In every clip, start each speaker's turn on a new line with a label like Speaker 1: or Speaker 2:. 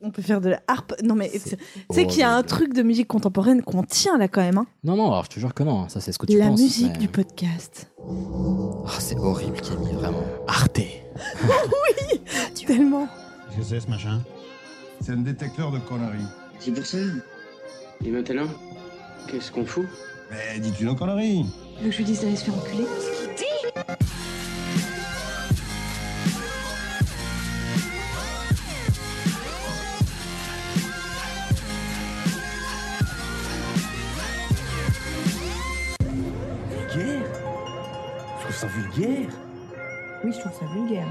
Speaker 1: On peut faire de la harpe. Non, mais tu sais qu'il y a un truc de musique contemporaine qu'on tient là quand même. hein.
Speaker 2: Non, non, alors je te jure que non, hein, ça c'est ce que tu
Speaker 1: La
Speaker 2: penses.
Speaker 1: musique
Speaker 2: mais-
Speaker 1: du podcast.
Speaker 2: Ah, c'est horrible, Camille, vraiment.
Speaker 3: Arte.
Speaker 1: Tellement.
Speaker 4: Qu'est-ce que c'est ce machin
Speaker 5: C'est un détecteur de conneries.
Speaker 6: C'est pour ça. Et maintenant, qu'est-ce qu'on fout
Speaker 5: Mais dis-tu nos conneries
Speaker 7: Le Julie allait se faire enculer.
Speaker 8: Vulgaire Je trouve ça vulgaire.
Speaker 7: Oui, je trouve ça vulgaire.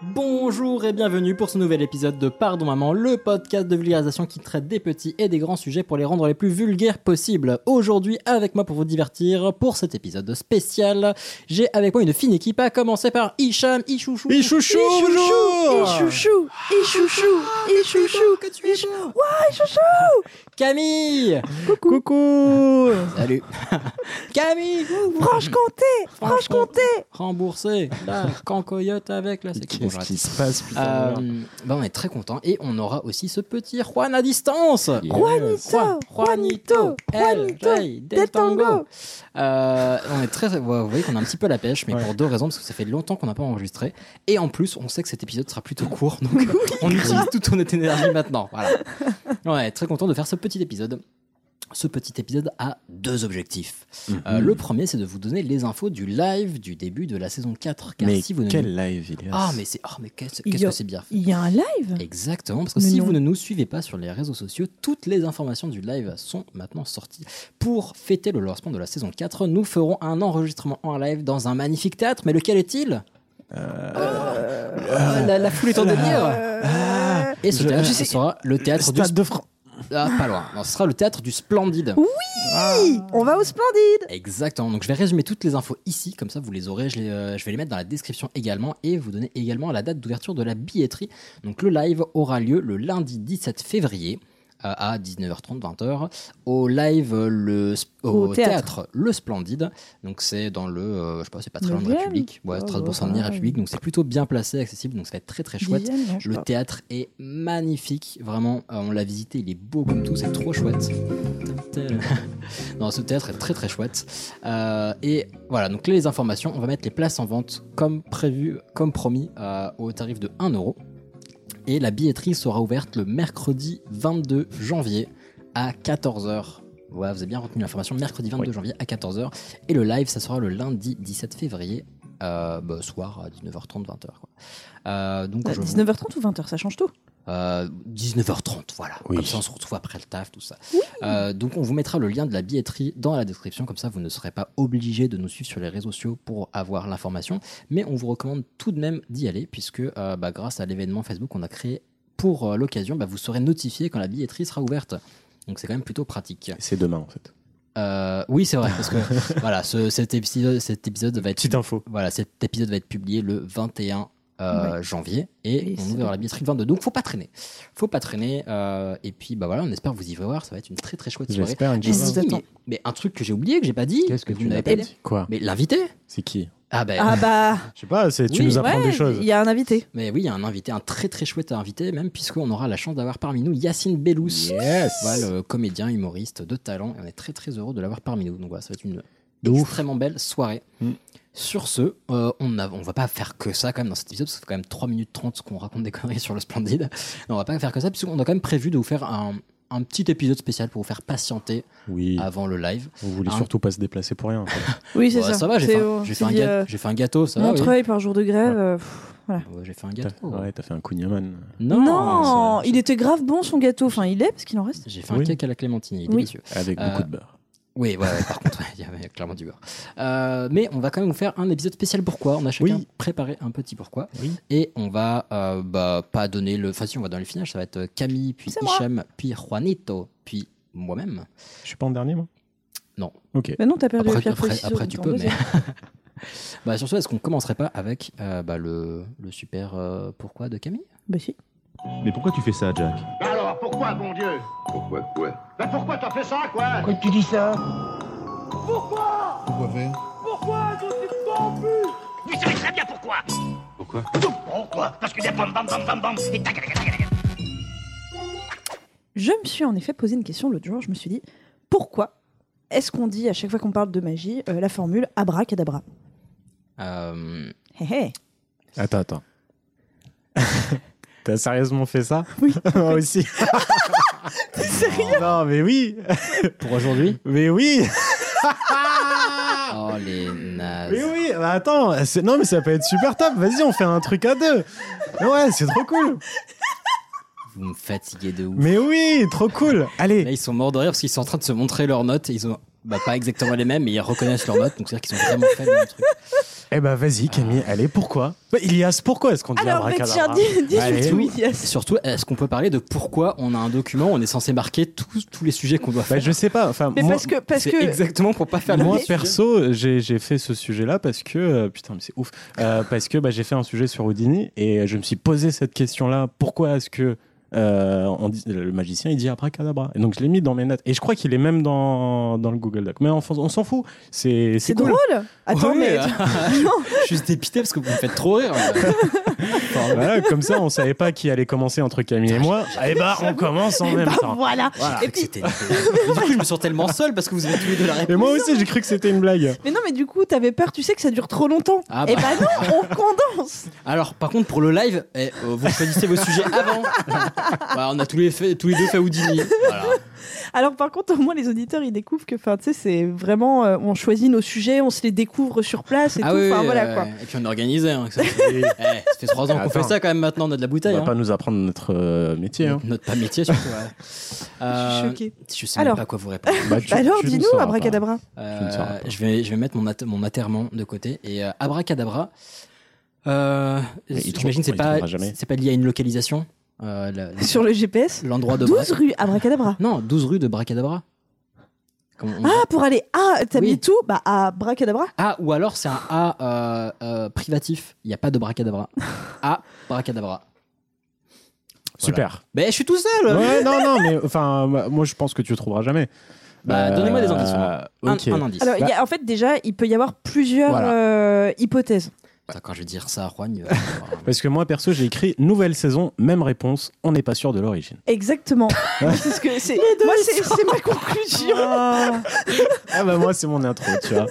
Speaker 2: Bonjour et bienvenue pour ce nouvel épisode de Pardon Maman, le podcast de vulgarisation qui traite des petits et des grands sujets pour les rendre les plus vulgaires possibles. Aujourd'hui, avec moi pour vous divertir, pour cet épisode spécial, j'ai avec moi une fine équipe à commencer par Hicham, Ichouchou.
Speaker 3: Ichouchou, bonjour
Speaker 1: Ichouchou, ichouchou, ichouchou, que tu es
Speaker 2: Camille
Speaker 1: Coucou.
Speaker 3: Coucou
Speaker 2: Salut Camille
Speaker 1: Franche-Comté, Franche-Comté.
Speaker 2: Remboursé Dark en coyote avec la section.
Speaker 3: Qu'est-ce Ah. qui se passe,
Speaker 2: Euh,
Speaker 3: putain
Speaker 2: bah, on est très content et on aura aussi ce petit Juan à distance.
Speaker 1: Juanito, Juanito,
Speaker 2: El
Speaker 1: Juanito,
Speaker 2: Rey
Speaker 1: Del
Speaker 2: del
Speaker 1: Tango.
Speaker 2: Tango. Euh, on est très, ouais, vous voyez qu'on a un petit peu la pêche, mais
Speaker 3: Ouais.
Speaker 2: pour deux raisons parce que ça fait longtemps qu'on n'a pas enregistré et en plus on sait que cet épisode sera plutôt court, donc on utilise toute ton énergie maintenant. Voilà. Ouais, très content de faire ce petit épisode. Ce petit épisode a deux objectifs. Euh, le premier, c'est de vous donner les infos du live du début de la saison 4. Car
Speaker 3: Mais
Speaker 2: si vous ne
Speaker 3: quel live, Ilias
Speaker 2: ah, mais c'est. ah, mais qu'est-ce
Speaker 1: Il y
Speaker 2: qu'est-ce
Speaker 1: a-
Speaker 2: que c'est bien fait.
Speaker 1: Il y a un live
Speaker 2: Exactement, parce que
Speaker 1: Mais
Speaker 2: si
Speaker 1: non.
Speaker 2: vous ne nous suivez pas sur les réseaux sociaux, toutes les informations du live sont maintenant sorties. Pour fêter le lancement de la saison 4, nous ferons un enregistrement en live dans un magnifique théâtre. Mais lequel est-il Ah, la, la foule est en délire
Speaker 1: Euh,
Speaker 2: Et ce
Speaker 3: Je-
Speaker 2: théâtre,
Speaker 3: je
Speaker 2: ce
Speaker 3: sais-
Speaker 2: sera le théâtre du...
Speaker 3: Stade de France
Speaker 2: Ah, pas loin. Non, ce sera le théâtre du Splendide.
Speaker 1: hi, On va au Splendide.
Speaker 2: Exactement. Donc je vais résumer toutes les infos ici, comme ça vous les aurez. Je, les, euh, je vais les mettre dans la description également et vous donner également la date d'ouverture de la billetterie. Donc le live aura lieu le lundi 17 février euh, à 19h30, 20h. Au live euh, le sp- au,
Speaker 1: Au
Speaker 2: théâtre.
Speaker 1: théâtre.
Speaker 2: le Splendide. Donc c'est dans le euh, je sais pas, c'est pas très loin de la
Speaker 1: Neuvième
Speaker 2: République. Ouais,
Speaker 1: Oh,
Speaker 2: Strasbourg
Speaker 1: bah,
Speaker 2: Saint-Denis
Speaker 1: voilà.
Speaker 2: République. Donc c'est plutôt bien placé, accessible. Donc ça va être très très chouette.
Speaker 1: Dixième, non, je sais
Speaker 2: Le
Speaker 1: pas.
Speaker 2: théâtre est magnifique, vraiment. euh, on l'a visité, il est beau comme tout, c'est trop chouette. non, ce théâtre est très très chouette. Euh, et voilà, donc les informations, on va mettre les places en vente comme prévu, comme promis, euh, au tarif de 1 euro. Et la billetterie sera ouverte le mercredi 22 janvier à 14h. Ouais, vous avez bien retenu l'information, mercredi 22 janvier à 14h. Et le live, ça sera le lundi 17 février, euh, bah, soir à 19h30, 20h. Quoi. Euh, donc,
Speaker 1: Euh,
Speaker 2: je-
Speaker 1: 19h30 ou 20h, ça change tout.
Speaker 2: euh, 19h30, voilà.
Speaker 3: Oui.
Speaker 2: Comme ça, on se retrouve après le taf, tout ça. Euh, donc, on vous mettra le lien de la billetterie dans la description. Comme ça, vous ne serez pas obligé de nous suivre sur les réseaux sociaux pour avoir l'information. Mais on vous recommande tout de même d'y aller, puisque euh, bah, grâce à l'événement Facebook qu'on a créé pour euh, l'occasion, bah, vous serez notifié quand la billetterie sera ouverte. Donc, c'est quand même plutôt pratique.
Speaker 3: C'est demain, en fait.
Speaker 2: Euh, oui, c'est vrai, parce que voilà, ce- cet, épisode, cet épisode va être
Speaker 3: Petite info.
Speaker 2: voilà, cet épisode va être publié le 21 euh, janvier et
Speaker 1: Et
Speaker 2: on
Speaker 1: c'est
Speaker 2: ouvre
Speaker 1: bon.
Speaker 2: la billetterie le 22. Donc faut pas traîner. Faut pas traîner. euh, et puis bah voilà, on espère vous y voir. Ça va être une très très chouette soirée.
Speaker 3: J'espère,
Speaker 2: Et
Speaker 1: Inch'Allah.
Speaker 2: si,
Speaker 1: Vous
Speaker 2: mais,
Speaker 1: attend.
Speaker 2: mais un truc que j'ai oublié que j'ai pas dit.
Speaker 3: Qu'est-ce que
Speaker 2: vous
Speaker 3: tu
Speaker 2: n'avez
Speaker 3: n'as
Speaker 2: pas
Speaker 3: pas
Speaker 2: dit
Speaker 3: dit Quoi
Speaker 2: Mais l'invité.
Speaker 3: C'est qui
Speaker 2: Ah ben.
Speaker 1: Ah bah.
Speaker 3: Je sais pas, c'est- tu
Speaker 2: Oui,
Speaker 3: nous apprends
Speaker 1: ouais,
Speaker 3: des choses.
Speaker 1: Il y a un invité.
Speaker 2: Mais oui, il y a un invité, un très très chouette invité, même puisqu'on aura la chance d'avoir parmi nous Yacine Bellous.
Speaker 3: Yes.
Speaker 2: Voilà, le comédien, humoriste de talent. Et on est très très heureux de l'avoir parmi nous. Donc voilà, ça va être une
Speaker 3: De ouf.
Speaker 2: extrêmement belle soirée.
Speaker 3: Mm.
Speaker 2: Sur ce, euh, on, a, on va pas faire que ça quand même dans cet épisode, parce que c'est quand même 3 minutes 30 qu'on raconte des conneries sur le Splendide. Non, on va pas faire que ça, puisqu'on a quand même prévu de vous faire un, un petit épisode spécial pour vous faire patienter
Speaker 3: Oui,
Speaker 2: avant le live.
Speaker 3: vous voulez
Speaker 2: Hein.
Speaker 3: surtout pas se déplacer pour rien. en fait.
Speaker 1: Oui, c'est
Speaker 2: Ouais,
Speaker 1: ça.
Speaker 2: va, j'ai
Speaker 1: C'est
Speaker 2: fait,
Speaker 1: bon,
Speaker 2: un- j'ai fait un
Speaker 1: si,
Speaker 2: gâteau-
Speaker 1: euh,
Speaker 2: j'ai fait un gâteau, ça va. oui.
Speaker 1: Montreuil par jour de grève. euh, pff,
Speaker 2: Ouais, j'ai fait un
Speaker 3: T'as-
Speaker 2: gâteau.
Speaker 3: Ouais, t'as fait un euh, Kunyaman.
Speaker 2: Non,
Speaker 1: non,
Speaker 3: ça-
Speaker 1: il était grave bon son gâteau. Enfin, il est parce qu'il en reste.
Speaker 2: J'ai fait un
Speaker 3: Oui.
Speaker 2: cake à la clémentine, il est
Speaker 1: Oui.
Speaker 2: délicieux.
Speaker 3: Avec
Speaker 2: Euh,
Speaker 3: beaucoup de beurre.
Speaker 2: Oui, ouais, ouais, par contre, il y avait clairement du beurre. Euh, mais on va quand même vous faire un épisode spécial pourquoi. On a chacun
Speaker 3: Oui.
Speaker 2: préparé un petit pourquoi.
Speaker 3: Oui.
Speaker 2: Et on va euh, bah, pas donner le. Enfin, si, on va dans les finages. Ça va être euh, Camille, puis
Speaker 1: C'est moi.
Speaker 2: Hicham, puis Juanito, puis moi-même.
Speaker 3: Je suis pas en dernier, moi
Speaker 2: Non.
Speaker 3: Ok.
Speaker 1: Ah, Mais non, t'as perdu le
Speaker 2: Après,
Speaker 1: pierre
Speaker 2: après,
Speaker 1: précieux.
Speaker 2: après, tu
Speaker 1: Attends,
Speaker 2: peux,
Speaker 1: vas-y.
Speaker 2: mais. bah, surtout, est-ce qu'on commencerait pas avec euh, bah, le, le super euh, pourquoi de Camille
Speaker 1: Bah si.
Speaker 4: Mais pourquoi tu fais ça, Jack
Speaker 6: Alors, pourquoi, bon Dieu
Speaker 5: Pourquoi quoi
Speaker 6: Bah pourquoi t'as fait ça, quoi
Speaker 5: Pourquoi faire
Speaker 6: Vous savez très bien pourquoi Pourquoi Pourquoi Parce que des bam bam bam bam bam et tac tac tac tac
Speaker 1: Je me suis en effet posé une question l'autre jour. Je me suis dit, pourquoi est-ce qu'on dit à chaque fois qu'on parle de magie euh, la formule abracadabra Eh,
Speaker 2: Euh,
Speaker 1: Hé hé.
Speaker 3: Attends, attends. T'as sérieusement fait ça
Speaker 1: Oui.
Speaker 3: Moi aussi. Non, mais oui
Speaker 2: pour aujourd'hui
Speaker 3: Mais oui
Speaker 2: Oh les nazes.
Speaker 3: Mais oui Bah attends, c'est- non mais ça peut être super top, vas-y on fait un truc à deux Ouais, c'est trop cool
Speaker 2: Vous me fatiguez de ouf.
Speaker 3: Mais oui, trop cool
Speaker 2: Là,
Speaker 3: Allez
Speaker 2: ils sont morts de rire parce qu'ils sont en train de se montrer leurs notes. Ils ont bah, pas exactement les mêmes, mais ils reconnaissent leurs notes. Donc, c'est-à-dire qu'ils ont vraiment fait le même truc.
Speaker 3: Eh bah vas-y Camille, allez, pourquoi Bah, Ilias, pourquoi est-ce qu'on dit Bah,
Speaker 1: Alors, mec, tiens,
Speaker 3: abracadabra
Speaker 1: dis, dis
Speaker 2: Allez,
Speaker 1: surtout,
Speaker 2: oui.
Speaker 1: yes.
Speaker 2: Surtout, est-ce qu'on peut parler de pourquoi on a un document où on est censé marquer tous, tous les sujets qu'on doit
Speaker 3: Bah
Speaker 2: faire
Speaker 3: je sais pas, enfin
Speaker 1: Mais
Speaker 3: moi,
Speaker 1: parce que. Parce
Speaker 2: C'est
Speaker 1: que...
Speaker 2: exactement pour pas faire le
Speaker 3: moi
Speaker 2: même sujet.
Speaker 3: perso, j'ai j'ai fait ce sujet-là parce que euh, putain, mais c'est ouf. Euh, parce que bah, j'ai fait un sujet sur Houdini et je me suis posé cette question-là. Pourquoi est-ce que euh, on dit- le magicien il dit abracadabra Et donc je l'ai mis dans mes notes et je crois qu'il est même dans, dans le Google Doc. Mais on, on s'en fout. C'est
Speaker 1: C'est
Speaker 3: cool.
Speaker 1: drôle Attends,
Speaker 2: Ouais,
Speaker 1: mais.
Speaker 2: euh, je suis juste dépité parce que vous me faites trop rire. Enfin, ouais.
Speaker 3: Voilà, comme ça, on savait pas qui allait commencer entre Camille et moi. Eh bah, on commence en
Speaker 1: Eh
Speaker 3: même
Speaker 1: ben,
Speaker 3: temps.
Speaker 1: voilà.
Speaker 2: Voilà.
Speaker 1: Et puis,
Speaker 2: C'était- Mais du coup, je me sens tellement seul parce que vous avez tous les deux la réponse.
Speaker 3: Et moi aussi, j'ai cru que c'était une blague.
Speaker 1: mais non, mais du coup, t'avais peur, tu sais que ça dure trop longtemps.
Speaker 2: Ah
Speaker 1: Et
Speaker 2: bah.
Speaker 1: bah non, on condense.
Speaker 2: Alors, par contre, pour le live, eh, euh, vous choisissez vos sujets avant. Voilà, on a tous les, fait- tous les deux fait Houdini. Voilà.
Speaker 1: Alors par contre, au moins les auditeurs, ils découvrent que, enfin, tu sais, c'est vraiment, euh, on choisit nos sujets, on se les découvre sur place et
Speaker 2: Ah
Speaker 1: tout.
Speaker 2: oui,
Speaker 1: Enfin
Speaker 2: oui,
Speaker 1: voilà
Speaker 2: euh,
Speaker 1: quoi.
Speaker 2: Et puis on est organisé. hein, que ça, c'est-
Speaker 3: Et
Speaker 2: Eh, ça fait trois ans qu'on fait
Speaker 3: Attends.
Speaker 2: ça quand même maintenant, on a de la
Speaker 3: on
Speaker 2: bouteille.
Speaker 3: va
Speaker 2: hein.
Speaker 3: pas nous apprendre notre euh, métier. hein.
Speaker 2: Notre, notre pas métier surtout. ouais.
Speaker 1: Je
Speaker 2: Euh,
Speaker 1: suis choquée.
Speaker 2: je sais même
Speaker 1: Alors.
Speaker 2: pas à quoi vous répondre.
Speaker 3: Bah, tu-
Speaker 1: Bah alors,
Speaker 3: tu ne
Speaker 1: dis-nous,
Speaker 3: sauras pas.
Speaker 1: abracadabra.
Speaker 2: Euh,
Speaker 3: Je ne saurais pas.
Speaker 2: je, vais, je vais mettre mon, at- mon atterrement de côté. Et euh, abracadabra, euh,
Speaker 3: Mais il
Speaker 2: j'imagine que c'est
Speaker 3: trouvera- il
Speaker 2: pas,
Speaker 3: trouvera jamais.
Speaker 2: c'est pas lié à une localisation. euh, la- la-
Speaker 1: Sur le GPS,
Speaker 2: L'endroit de
Speaker 1: 12
Speaker 2: Bra-
Speaker 1: rue abracadabra.
Speaker 2: Non, 12 rue de Bracadabra. Comme
Speaker 3: Mm.
Speaker 2: on-
Speaker 1: Ah, pour aller à, t'as
Speaker 2: Oui.
Speaker 1: mis tout, bah à abracadabra.
Speaker 2: Ah, ou alors c'est un A euh, euh, privatif. Il n'y a pas de Bracadabra. A Bracadabra.
Speaker 3: hein. Super.
Speaker 2: Mais je suis tout seul
Speaker 3: Ouais, non, non, mais enfin, bah, moi, moi, je pense que tu trouveras jamais.
Speaker 2: Bah, donnez-moi des indices,
Speaker 3: Euh,
Speaker 2: un,
Speaker 3: Ok.
Speaker 2: un indice.
Speaker 1: Alors, il y a- en fait, déjà, il peut y avoir plusieurs
Speaker 3: Voilà.
Speaker 1: euh, hypothèses.
Speaker 2: Putain, Quand je vais dire ça à Juan, euh,
Speaker 3: Parce que moi, perso, j'ai écrit nouvelle saison, même réponse, on n'est pas sûr de l'origine.
Speaker 1: Exactement. c'est ce que c'est. Moi, c'est c'est ma conclusion.
Speaker 3: Ah, bah, moi, c'est mon intro, tu vois.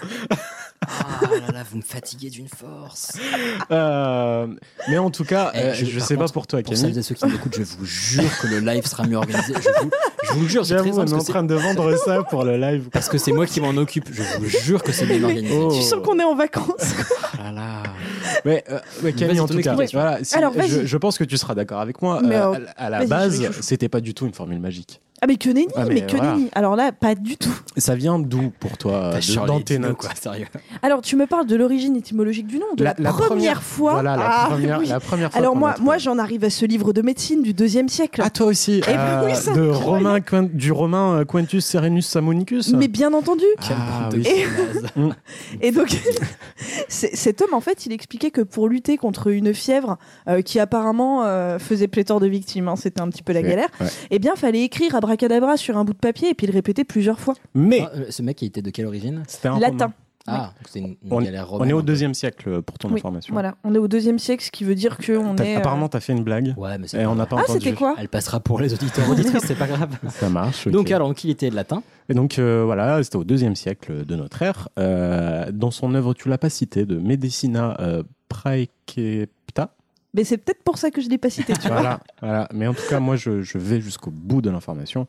Speaker 2: Ah là là, vous me fatiguez d'une force.
Speaker 3: Euh, mais en tout cas,
Speaker 2: Eh,
Speaker 3: euh,
Speaker 2: je-
Speaker 3: je,
Speaker 2: par
Speaker 3: sais
Speaker 2: contre,
Speaker 3: pas pour toi,
Speaker 2: Pour
Speaker 3: Camille.
Speaker 2: celles et ceux qui m'écoutent, je vous jure que le live sera mieux organisé. Je vous, je vous le jure, c'est très
Speaker 3: J'avoue, on
Speaker 2: simple
Speaker 3: est en
Speaker 2: parce que c'est-
Speaker 3: train de vendre ça pour le live.
Speaker 2: parce que c'est moi qui m'en occupe. Je vous jure que c'est bien organisé.
Speaker 3: Oh.
Speaker 1: Tu sens qu'on est en vacances.
Speaker 2: Ah là là.
Speaker 3: Mais, euh, mais
Speaker 2: Vas-y,
Speaker 3: Camille, en
Speaker 2: ton
Speaker 3: tout cas,
Speaker 2: explication.
Speaker 3: voilà, si-
Speaker 1: Alors, vas-y.
Speaker 3: je, je pense que tu seras d'accord avec moi.
Speaker 1: Mais, euh,
Speaker 3: euh, à la- à la
Speaker 1: vas-y, je
Speaker 3: base,
Speaker 1: l'écoute.
Speaker 3: c'était pas du tout une formule magique.
Speaker 1: Ah mais que nenni,
Speaker 3: Ah, mais
Speaker 1: mais, que
Speaker 3: voilà.
Speaker 1: nenni. Alors là, pas du tout.
Speaker 3: Ça vient d'où pour toi, euh,
Speaker 2: T'as
Speaker 3: de-
Speaker 2: Shirley
Speaker 3: dans tes
Speaker 2: Dino,
Speaker 3: notes
Speaker 2: quoi, sérieux.
Speaker 1: Alors, tu me parles de l'origine étymologique du nom, de la, première, fois.
Speaker 3: Voilà, la,
Speaker 1: Ah,
Speaker 3: première,
Speaker 1: oui.
Speaker 3: la première fois.
Speaker 1: Alors
Speaker 3: qu'on
Speaker 1: moi,
Speaker 3: a trouvé.
Speaker 1: moi j'en arrive à ce livre de médecine du deuxième siècle.
Speaker 3: Ah, toi aussi
Speaker 1: Eh
Speaker 3: euh,
Speaker 1: oui, c'est
Speaker 3: de
Speaker 1: incroyable.
Speaker 3: Romain, Quin- Du Romain euh, Quintus Serenus Sammonicus
Speaker 1: mais bien entendu.
Speaker 2: Quelle
Speaker 3: Ah,
Speaker 2: bande de
Speaker 3: oui.
Speaker 2: connasses.
Speaker 1: Et donc, c'est- cet homme, en fait, il expliquait que pour lutter contre une fièvre euh, qui apparemment euh, faisait pléthore de victimes, hein, c'était un petit peu la
Speaker 3: Ouais,
Speaker 1: galère,
Speaker 3: ouais.
Speaker 1: eh bien, fallait écrire abracadabra sur un bout de papier et puis le répéter plusieurs fois.
Speaker 3: Mais
Speaker 2: Ah, euh, Ce mec, il était de quelle origine
Speaker 3: c'était un
Speaker 1: Latin.
Speaker 3: Romain.
Speaker 2: Ah, c'est une, une
Speaker 3: On-
Speaker 2: galère
Speaker 3: On est au
Speaker 2: romaine.
Speaker 3: deuxième siècle euh, pour ton
Speaker 1: Oui,
Speaker 3: information.
Speaker 1: Voilà, on est au deuxième siècle, ce qui veut dire que on
Speaker 3: T'as-
Speaker 1: est. euh,
Speaker 3: Apparemment, t'as fait une blague
Speaker 2: Ouais, mais c'est
Speaker 3: et
Speaker 2: pas
Speaker 3: on n'a
Speaker 2: grave.
Speaker 3: pas
Speaker 1: Ah,
Speaker 3: entendu.
Speaker 1: c'était quoi
Speaker 2: Elle passera pour les auditeurs auditrices, c'est pas grave.
Speaker 3: Ça marche. ok.
Speaker 2: Donc alors qu'il était latin,
Speaker 3: Et donc euh, voilà, c'était au deuxième siècle de notre ère. Euh, dans son œuvre, tu l'as pas cité, de Medicina euh, Praecepta.
Speaker 1: Mais c'est peut-être pour ça que je l'ai pas cité. Tu vois.
Speaker 3: Voilà, voilà. Mais en tout cas, moi, je, je vais jusqu'au bout de l'information.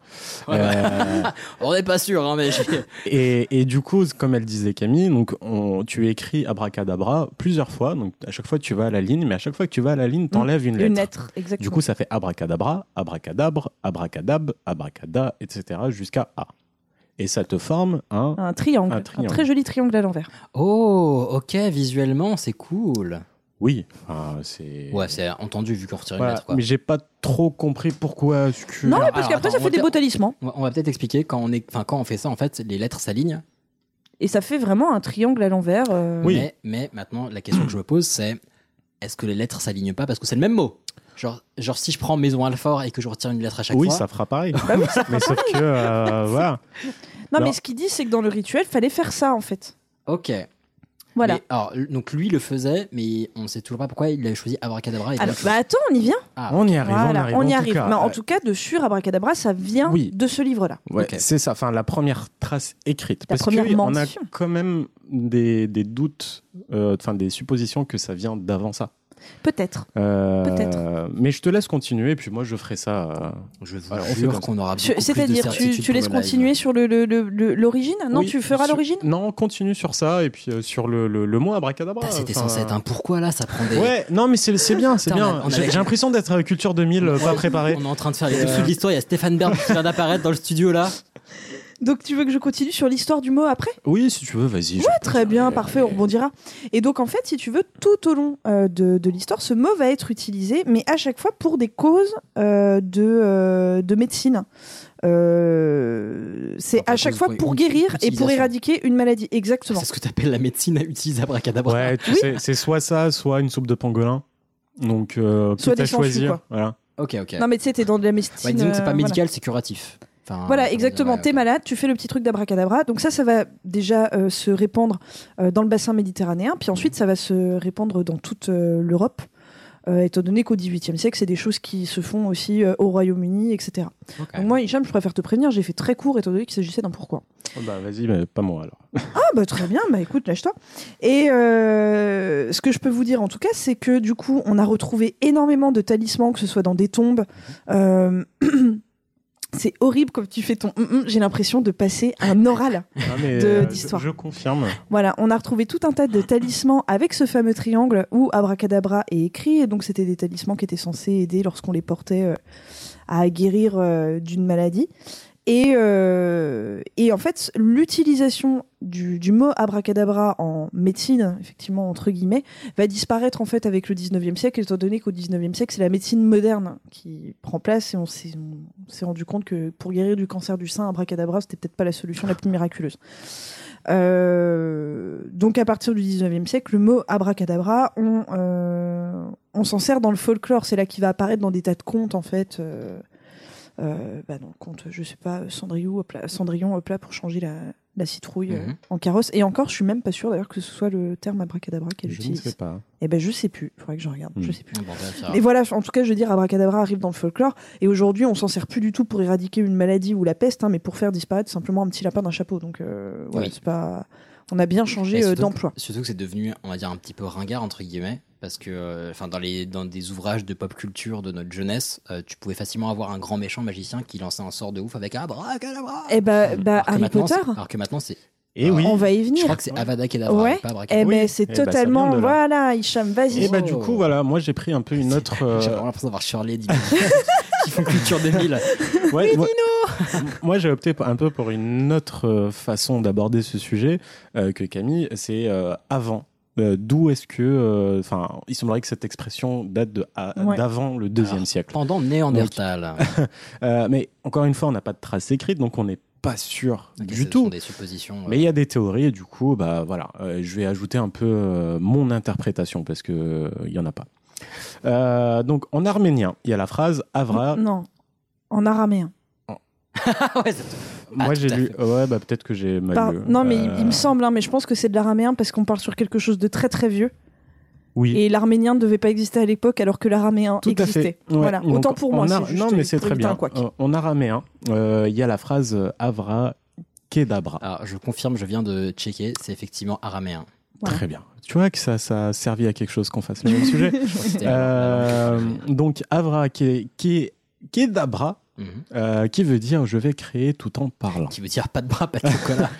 Speaker 2: Ouais.
Speaker 3: Euh,
Speaker 2: on n'est pas sûr, hein, mais j'ai-
Speaker 3: et, et du coup, comme elle disait Camille, donc on, tu écris abracadabra plusieurs fois. Donc à chaque fois, tu vas à la ligne, mais à chaque fois que tu vas à la ligne, t'enlèves une lettre.
Speaker 1: Une lettre, exactement.
Speaker 3: Du coup, ça fait abracadabra, abracadabre, abracadab, abracada, etc. jusqu'à A. Et ça te forme un.
Speaker 1: un triangle,
Speaker 3: Un
Speaker 1: un,
Speaker 3: triangle.
Speaker 1: très joli triangle à l'envers.
Speaker 2: Oh, ok, visuellement, c'est cool.
Speaker 3: Oui, enfin, c'est.
Speaker 2: Ouais, c'est entendu vu qu'on retire une
Speaker 3: Voilà,
Speaker 2: lettre, quoi.
Speaker 3: mais j'ai pas trop compris pourquoi est-ce que. Ah,
Speaker 1: Non, mais
Speaker 2: Alors,
Speaker 1: parce qu'après,
Speaker 2: attends,
Speaker 1: ça
Speaker 2: on
Speaker 1: fait des
Speaker 2: va-
Speaker 1: beaux talismans.
Speaker 2: On va- On va peut-être expliquer quand on est, enfin quand on fait ça en fait, les lettres s'alignent.
Speaker 1: Et ça fait vraiment un triangle à l'envers. euh,
Speaker 3: Oui.
Speaker 2: Mais, mais maintenant, la question que je me pose, c'est est-ce que les lettres s'alignent pas parce que c'est le même mot. Genre, genre si je prends maison Alfort et que je retire une lettre à chaque
Speaker 3: oui,
Speaker 2: fois.
Speaker 3: ça fera pareil.
Speaker 1: Bah oui,
Speaker 3: mais sauf que euh, voilà.
Speaker 1: Non,
Speaker 3: Alors-
Speaker 1: mais ce qu'il dit, c'est que dans le rituel, fallait faire ça en fait.
Speaker 2: Ok.
Speaker 1: Voilà.
Speaker 2: Mais, alors, l- donc lui le faisait, mais on sait toujours pas pourquoi il avait choisi Abracadabra. et
Speaker 1: Ah,
Speaker 2: pas-
Speaker 1: bah attends, on y vient.
Speaker 2: Ah,
Speaker 3: On y arrive,
Speaker 1: Voilà,
Speaker 3: on
Speaker 1: y
Speaker 3: y
Speaker 1: arrive.
Speaker 3: arrive.
Speaker 1: Mais
Speaker 3: en tout cas. euh,
Speaker 1: en tout cas, de Sur Abracadabra, ça vient
Speaker 3: Oui.
Speaker 1: de ce livre-là.
Speaker 3: Ouais,
Speaker 2: Ok.
Speaker 3: c'est ça. Enfin, la première trace écrite.
Speaker 1: La
Speaker 3: parce
Speaker 1: première
Speaker 3: que on a
Speaker 1: mention.
Speaker 3: quand même des, des doutes, euh, enfin des suppositions que ça vient d'avant ça.
Speaker 1: Peut-être.
Speaker 3: Euh,
Speaker 1: Peut-être.
Speaker 3: Mais je te laisse continuer, puis moi je ferai ça. euh.
Speaker 2: Je vous
Speaker 3: Alors, on fait
Speaker 2: jure
Speaker 3: comme ça.
Speaker 2: qu'on aura.
Speaker 1: Je-
Speaker 2: beaucoup plus de
Speaker 1: C'est-à-dire, tu,
Speaker 2: certitude
Speaker 1: tu
Speaker 2: pour le
Speaker 1: laisses
Speaker 2: live.
Speaker 1: continuer sur l'origine le, le, le- l'origine Non,
Speaker 3: Oui,
Speaker 1: tu feras
Speaker 3: sur-
Speaker 1: l'origine
Speaker 3: Non, continue sur ça, et puis euh, sur le, le, le mot abracadabra.
Speaker 2: Putain, Bah, C'était
Speaker 3: enfin,
Speaker 2: censé être un pourquoi là, ça prend des.
Speaker 3: Oh, Ouais, non, mais c'est c'est bien, c'est
Speaker 2: Putain, on
Speaker 3: bien.
Speaker 2: a- on
Speaker 3: J'ai
Speaker 2: avait-
Speaker 3: j'ai l'impression d'être à Culture 2000, euh, pas préparé.
Speaker 2: On est en train de faire
Speaker 3: Euh.
Speaker 2: les dessous de l'histoire. Il y a Stéphane Bern qui vient d'apparaître dans le studio là.
Speaker 1: Donc, tu veux que je continue sur l'histoire du mot après
Speaker 3: Oui, si tu veux, vas-y. je-
Speaker 1: Très bien, parfait, on rebondira. Et donc, en fait, si tu veux, tout au long euh, de, de l'histoire, ce mot va être utilisé, mais à chaque fois pour des causes euh, de, euh, de médecine. Euh, c'est
Speaker 2: Enfin,
Speaker 1: à chaque
Speaker 2: cause-
Speaker 1: fois
Speaker 2: oui,
Speaker 1: pour
Speaker 2: oui,
Speaker 1: guérir et pour
Speaker 2: utilisation.
Speaker 1: éradiquer une maladie. Exactement.
Speaker 2: C'est ce que t'appelles la médecine à utiliser Abracadabra.
Speaker 3: Ouais, tu sais, c'est soit ça, soit une soupe de pangolin. Donc, euh,
Speaker 1: Soit
Speaker 3: quitte à
Speaker 1: des sangsues,
Speaker 3: choisir.
Speaker 1: quoi.
Speaker 3: Voilà.
Speaker 2: Ok, ok.
Speaker 1: Non, mais tu sais, t'es dans de la médecine.
Speaker 2: Ouais, disons que c'est
Speaker 1: euh,
Speaker 2: pas
Speaker 1: voilà.
Speaker 2: médical, c'est curatif. Enfin,
Speaker 1: Voilà,
Speaker 2: comment
Speaker 1: exactement.
Speaker 2: dire,
Speaker 1: T'es
Speaker 2: ouais,
Speaker 1: malade, tu fais le petit truc d'abracadabra. Donc ça, ça va déjà euh, se répandre euh, dans le bassin méditerranéen, puis ensuite ça va se répandre dans toute euh, l'Europe, euh, étant donné qu'au XVIIIe siècle, c'est des choses qui se font aussi euh, au Royaume-Uni, etc.
Speaker 2: ok.
Speaker 1: Donc moi, Hicham, je préfère te prévenir, j'ai fait très court, étant donné qu'il s'agissait d'un pourquoi.
Speaker 3: Oh, bah, vas-y, mais pas moi alors.
Speaker 1: Ah bah très bien, bah écoute, lâche-toi. Et euh, ce que je peux vous dire en tout cas, c'est que du coup, on a retrouvé énormément de talismans, que ce soit dans des tombes. Euh, c'est horrible comme tu fais ton... hum, hum j'ai l'impression de passer un oral.
Speaker 3: Ah, mais,
Speaker 1: De-
Speaker 3: euh,
Speaker 1: d'histoire.
Speaker 3: Je, je confirme.
Speaker 1: Voilà, on a retrouvé tout un tas de talismans avec ce fameux triangle où abracadabra est écrit. Et donc, c'était des talismans qui étaient censés aider lorsqu'on les portait euh, à guérir euh, d'une maladie. Et, euh, et en fait, l'utilisation du, du mot abracadabra en médecine, effectivement, entre guillemets, va disparaître en fait avec le 19e siècle, étant donné qu'au 19e siècle, c'est la médecine moderne qui prend place et on s'est on s'est rendu compte que pour guérir du cancer du sein, abracadabra, c'était peut-être pas la solution la plus miraculeuse. Euh, donc à partir du 19e siècle, le mot abracadabra, on, euh, on s'en sert dans le folklore. C'est là qu'il va apparaître dans des tas de contes, en fait. Euh, euh, bah dans le conte, je sais pas, Cendrillon, hop là, Cendrillon, hop là, pour changer la, la citrouille euh,
Speaker 2: Mhm.
Speaker 1: en carrosse. Et encore, je suis même pas sûre d'ailleurs que ce soit le terme abracadabra qu'elle
Speaker 3: Je ne sais
Speaker 1: utilise.
Speaker 3: pas.
Speaker 1: Eh ben je sais plus, faudrait que je regarde, je
Speaker 3: Mhm.
Speaker 1: sais plus.
Speaker 2: Bon, bah, ça-
Speaker 1: Mais voilà, en tout cas, je veux dire, abracadabra arrive dans le folklore, et aujourd'hui, on s'en sert plus du tout pour éradiquer une maladie ou la peste, hein, mais pour faire disparaître simplement un petit lapin d'un chapeau. Donc, euh, voilà,
Speaker 2: Oui.
Speaker 1: c'est pas. On a bien
Speaker 2: Et
Speaker 3: Eh,
Speaker 1: changé euh,
Speaker 2: surtout-
Speaker 1: d'emploi.
Speaker 2: Surtout que c'est devenu, on va dire, un petit peu ringard, entre guillemets, parce que euh, enfin dans, les, dans des ouvrages de pop culture de notre jeunesse, euh, tu pouvais facilement avoir un grand méchant magicien qui lançait un sort de ouf avec un bras, cadabra
Speaker 1: Eh bah,
Speaker 3: Hmm.
Speaker 1: bah, Harry Potter,
Speaker 2: Alors que maintenant, c'est.
Speaker 3: Et oui.
Speaker 1: on va y
Speaker 2: Je
Speaker 1: venir.
Speaker 2: crois que c'est Avada Kedavra,
Speaker 1: Ouais.
Speaker 2: et pas
Speaker 1: Eh
Speaker 2: Abracadabra.
Speaker 1: ben,
Speaker 3: Oui.
Speaker 1: c'est
Speaker 3: Eh ben, ça
Speaker 1: totalement.
Speaker 3: vient de là.
Speaker 1: voilà, Hicham, vas-y.
Speaker 3: Et bah, du coup, voilà, moi j'ai pris un
Speaker 1: Eh,
Speaker 3: peu une autre. euh,
Speaker 2: J'ai vraiment l'impression d'avoir Shirley Dino, qui font culture 2000.
Speaker 3: Ouais, moi, moi, j'ai opté pour- un peu pour une autre euh, façon d'aborder ce sujet euh, que Camille, c'est euh, avant. Euh, D'où est-ce que. euh, Enfin, il semblerait que cette expression date de- à-
Speaker 1: Ouais.
Speaker 3: d'avant le deuxième
Speaker 2: Alors,
Speaker 3: siècle.
Speaker 2: Pendant Néandertal.
Speaker 3: Euh, mais encore une fois, on n'a pas de traces écrites, donc on n'est pas sûr
Speaker 2: Ok, ce
Speaker 3: du tout.
Speaker 2: sont des suppositions. euh.
Speaker 3: Mais il y a des théories, et du coup, bah voilà, euh, je vais ajouter un peu euh, mon interprétation parce que euh, il y en a pas. Euh, donc en arménien, il y a la phrase Avra.
Speaker 1: Non, en araméen.
Speaker 2: Ah ouais, c'est-
Speaker 3: Moi
Speaker 2: Ah,
Speaker 3: j'ai
Speaker 2: tout à
Speaker 3: lu, ouais, bah peut-être que j'ai mal
Speaker 1: Par-
Speaker 3: lu.
Speaker 1: Non, mais il-
Speaker 3: Euh,
Speaker 1: il me semble, hein, mais je pense que c'est de l'araméen parce qu'on parle sur quelque chose de très très vieux.
Speaker 3: Oui.
Speaker 1: Et l'arménien ne devait pas exister à l'époque alors que l'araméen
Speaker 3: Tout à
Speaker 1: existait.
Speaker 3: fait. Ouais.
Speaker 1: Voilà,
Speaker 3: Donc,
Speaker 1: autant pour moi.
Speaker 3: en
Speaker 1: c'est
Speaker 3: ar-
Speaker 1: juste
Speaker 3: non, mais c'est
Speaker 1: pour
Speaker 3: très
Speaker 1: éviter un
Speaker 3: bien.
Speaker 1: couac.
Speaker 3: Euh, en araméen, euh, il y a la phrase euh, Avra Kedabra.
Speaker 2: Alors, je confirme, je viens de checker, c'est effectivement araméen.
Speaker 1: Voilà.
Speaker 3: Très bien. Tu vois que ça, ça a servi à quelque chose qu'on fasse le même sujet.
Speaker 2: Je crois que c'était la
Speaker 3: Euh,
Speaker 2: langue que
Speaker 3: donc Avra Ke- Ke- Kedabra,
Speaker 2: je connais. Mhm.
Speaker 3: euh, qui veut dire je vais créer tout en parlant.
Speaker 2: Qui veut dire pas de bras, pas de chocolat.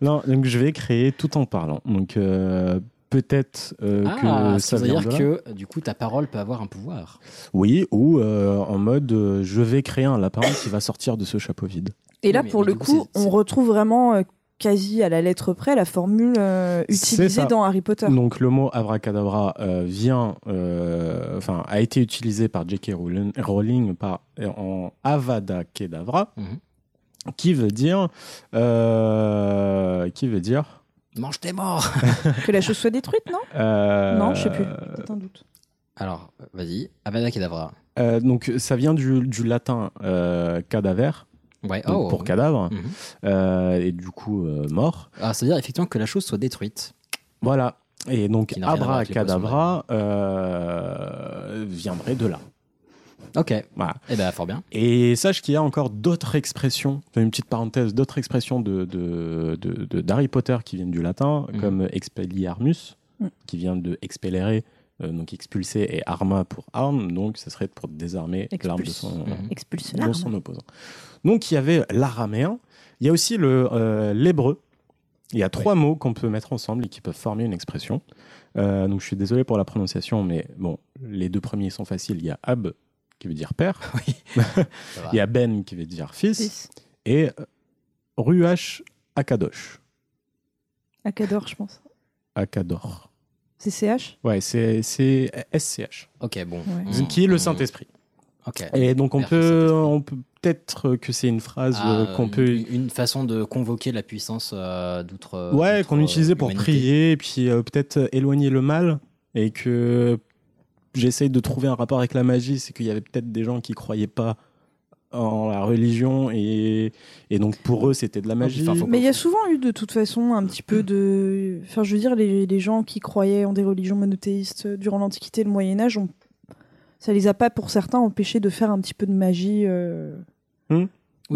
Speaker 3: Non, donc je vais créer tout en parlant. Donc euh, peut-être euh,
Speaker 2: ah,
Speaker 3: que
Speaker 2: ça
Speaker 3: ça
Speaker 2: veut
Speaker 3: vient
Speaker 2: dire
Speaker 3: de là.
Speaker 2: que euh, du coup ta parole peut avoir un pouvoir.
Speaker 3: Oui, ou euh, en mode euh, je vais créer un lapin qui va sortir de ce chapeau vide.
Speaker 1: Et là,
Speaker 2: Oui, mais-
Speaker 1: pour
Speaker 2: mais
Speaker 1: le
Speaker 2: du coup,
Speaker 1: coup,
Speaker 2: c'est- c'est-
Speaker 1: on retrouve vraiment euh, quasi à la lettre près la formule euh,
Speaker 3: C'est
Speaker 1: utilisée
Speaker 3: ça.
Speaker 1: dans Harry Potter.
Speaker 3: Donc le mot abracadabra euh, vient, euh, enfin a été utilisé par J.K. Rowling, Rowling par, en Avada Kedavra,
Speaker 2: Mhm.
Speaker 3: qui veut dire, euh, qui veut dire,
Speaker 2: Mange tes morts
Speaker 1: Que la chose soit détruite, non
Speaker 3: euh,
Speaker 1: Non, je sais plus. C'est un doute.
Speaker 2: Alors, vas-y, Avada Kedavra.
Speaker 3: euh, donc ça vient du, du latin euh, cadaver
Speaker 2: Ouais,
Speaker 3: donc
Speaker 2: oh.
Speaker 3: pour cadavre
Speaker 2: Mhm.
Speaker 3: euh, et du coup euh, mort.
Speaker 2: Ah, ça veut dire effectivement que la chose soit détruite.
Speaker 3: Voilà. Et donc
Speaker 2: Qui n'a rien à voir avec les
Speaker 3: Abracadabra euh, viendrait de là.
Speaker 2: Ok, et
Speaker 3: Voilà.
Speaker 2: ben fort bien.
Speaker 3: Et sache qu'il y a encore d'autres expressions, je fais une petite parenthèse, d'autres expressions de, de, de- de- d'Harry Potter qui viennent du latin,
Speaker 2: Mhm.
Speaker 3: comme expelliarmus,
Speaker 1: Mhm.
Speaker 3: qui vient de expellere, euh, donc expulser, et arma pour arme, donc ce serait pour désarmer l'arme de son,
Speaker 2: Mhm.
Speaker 1: Expulsion.
Speaker 3: de son opposant. Donc il y avait l'araméen, il y a aussi le, euh, l'hébreu. Il y a trois mots qu'on peut mettre ensemble et qui peuvent former une expression. Euh, donc je suis désolé pour la prononciation, mais bon, les deux premiers sont faciles. Il y a ab qui veut dire père.
Speaker 2: va.
Speaker 3: Il y a ben qui veut dire fils. Et euh, ruach akadosh.
Speaker 1: Acador, je pense.
Speaker 3: Akador.
Speaker 1: C'est CH
Speaker 3: Ouais, c'est c'est SCH,
Speaker 2: Ok, bon.
Speaker 1: Ouais.
Speaker 2: Mm,
Speaker 3: qui est
Speaker 2: mm,
Speaker 3: le Saint-Esprit.
Speaker 2: Ok.
Speaker 3: Et donc on
Speaker 2: Hmm. Merci,
Speaker 3: peut,
Speaker 2: Saint-Esprit.
Speaker 3: on peut peut-être que c'est une phrase
Speaker 2: Ah,
Speaker 3: euh, qu'on
Speaker 2: une-
Speaker 3: peut
Speaker 2: Une, façon de convoquer la puissance euh, d'outre. euh,
Speaker 3: Ouais,
Speaker 2: d'outre,
Speaker 3: qu'on
Speaker 2: euh,
Speaker 3: utilisait pour
Speaker 2: humanité.
Speaker 3: prier, et puis euh, peut-être euh, éloigner le mal, et que j'essaye de trouver un rapport avec la magie, c'est qu'il y avait peut-être des gens qui croyaient pas en la religion, et, et donc pour eux c'était de la magie.
Speaker 2: putain, faut-
Speaker 1: Mais il y a souvent eu de toute façon un petit peu de. Enfin, je veux dire, les, les gens qui croyaient en des religions monothéistes euh, durant l'Antiquité et le Moyen-Âge, ont... ça les a pas pour certains empêchés de faire un petit peu de magie. euh,
Speaker 2: Oui,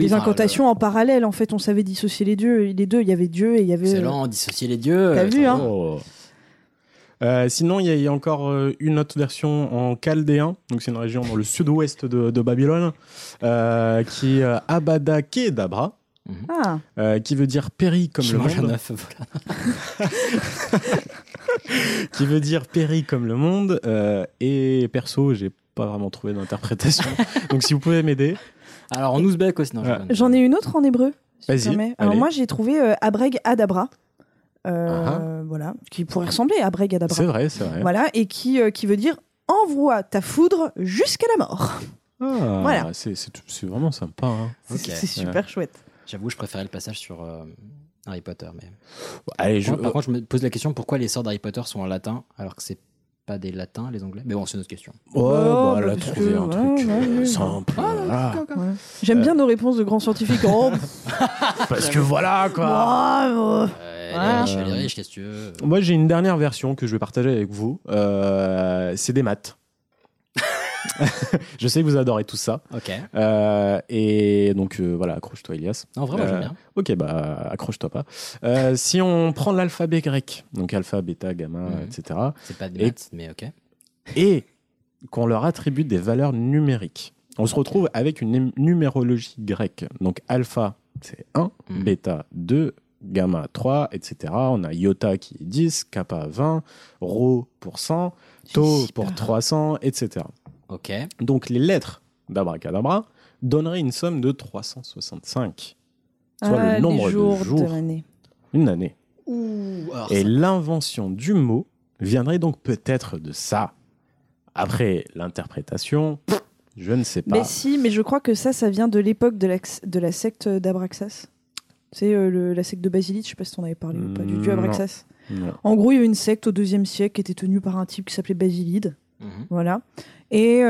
Speaker 1: des
Speaker 2: enfin,
Speaker 1: incantations en parallèle, en fait, on savait dissocier les dieux. Les deux, il y avait Dieu et il y
Speaker 2: le- C'est
Speaker 1: avait. euh,
Speaker 2: lent, dissocier les dieux.
Speaker 1: T'as
Speaker 2: euh,
Speaker 1: vu,
Speaker 2: ça
Speaker 1: hein
Speaker 2: va.
Speaker 3: Oh. Euh, sinon, il y, a- il y a encore euh, une autre version en chaldéen, donc c'est une région dans le sud-ouest de, de Babylone, euh, qui est Abada Kedabra, euh,
Speaker 1: Ah,
Speaker 3: qui veut dire péri comme
Speaker 2: Je
Speaker 3: le
Speaker 2: mange un
Speaker 3: monde.
Speaker 2: œuf, voilà.
Speaker 3: qui veut dire péri comme le monde. euh, et perso, j'ai pas vraiment trouvé d'interprétation. Donc si vous pouvez m'aider,
Speaker 2: Alors en ouzbek aussi, non, je
Speaker 3: Ouais.
Speaker 2: rigole.
Speaker 1: j'en ai une autre en hébreu. si tu
Speaker 3: Vas-y,
Speaker 1: permets. Alors
Speaker 3: allez.
Speaker 1: moi, j'ai trouvé euh, Abreg Adabra. Euh,
Speaker 3: Ah.
Speaker 1: Voilà, qui pourrait ressembler à Abreg Adabra.
Speaker 3: c'est vrai, c'est vrai.
Speaker 1: Voilà, et qui, euh, qui veut dire envoie ta foudre jusqu'à la mort.
Speaker 3: Ah,
Speaker 1: Voilà.
Speaker 3: C'est, c'est, c'est vraiment sympa. hein.
Speaker 1: C'est-
Speaker 2: Ok.
Speaker 1: C'est super chouette.
Speaker 2: J'avoue, je préférais le passage sur euh, Harry Potter. Mais...
Speaker 3: Allez, je- euh,
Speaker 2: Moi,
Speaker 3: oh,
Speaker 2: par contre, je me pose la question pourquoi les sorts d'Harry Potter sont en latin alors que c'est pas des latins, les anglais Mais bon, c'est notre question.
Speaker 3: Ouais, bah,
Speaker 1: bah,
Speaker 3: elle a
Speaker 1: parce
Speaker 3: trouvé
Speaker 1: que,
Speaker 3: un
Speaker 1: ouais,
Speaker 3: truc euh,
Speaker 1: ouais, Ah, ouais.
Speaker 3: simple. voilà.
Speaker 1: Ouais. J'aime
Speaker 3: Euh.
Speaker 1: bien nos réponses de grands scientifiques. Oh,
Speaker 3: Parce que voilà, quoi.
Speaker 1: bravo.
Speaker 2: Euh,
Speaker 1: Ah.
Speaker 2: les riches, les riches, qu'est-ce que tu veux
Speaker 3: Moi, j'ai une dernière version que je vais partager avec vous. Euh, c'est des maths. je sais que vous adorez tout ça.
Speaker 2: Ok.
Speaker 3: Euh, et donc, euh, voilà, accroche-toi, Elias.
Speaker 2: Non, vraiment,
Speaker 3: Euh,
Speaker 2: j'aime bien.
Speaker 3: Ok, bah accroche-toi pas. Euh, si on prend l'alphabet grec, donc alpha, bêta, gamma,
Speaker 2: Mhm.
Speaker 3: etc.,
Speaker 2: C'est pas des
Speaker 3: et-
Speaker 2: maths, mais ok.
Speaker 3: et qu'on leur attribue des valeurs numériques, on se retrouve avec une num- numérologie grecque. Donc alpha, c'est 1,
Speaker 2: Mhm.
Speaker 3: bêta, 2, gamma, 3, etc. On a iota qui est 10, kappa, 20, rho pour 100, tau
Speaker 1: si
Speaker 3: pour
Speaker 1: peur.
Speaker 3: 300, etc.
Speaker 2: Ok.
Speaker 3: Donc les lettres d'abracadabra donneraient une somme de 365, soit
Speaker 1: Ah,
Speaker 3: le nombre
Speaker 1: les jours
Speaker 3: de jours,
Speaker 1: de l'année.
Speaker 3: une année.
Speaker 2: Ouh, alors
Speaker 3: Et
Speaker 2: ça-
Speaker 3: l'invention du mot viendrait donc peut-être de ça. Après l'interprétation, je ne sais pas.
Speaker 1: Mais si, mais je crois que ça, ça vient de l'époque de la, de la secte d'Abraxas. C'est euh, le- la secte de Basilique, je sais pas si t'en avais parlé ou pas, du dieu
Speaker 3: Mm, Non.
Speaker 1: Abraxas.
Speaker 3: Non.
Speaker 1: En gros, il y avait une secte au deuxième siècle qui était tenue par un type qui s'appelait Basilide.
Speaker 2: Mhm.
Speaker 1: Voilà. Et,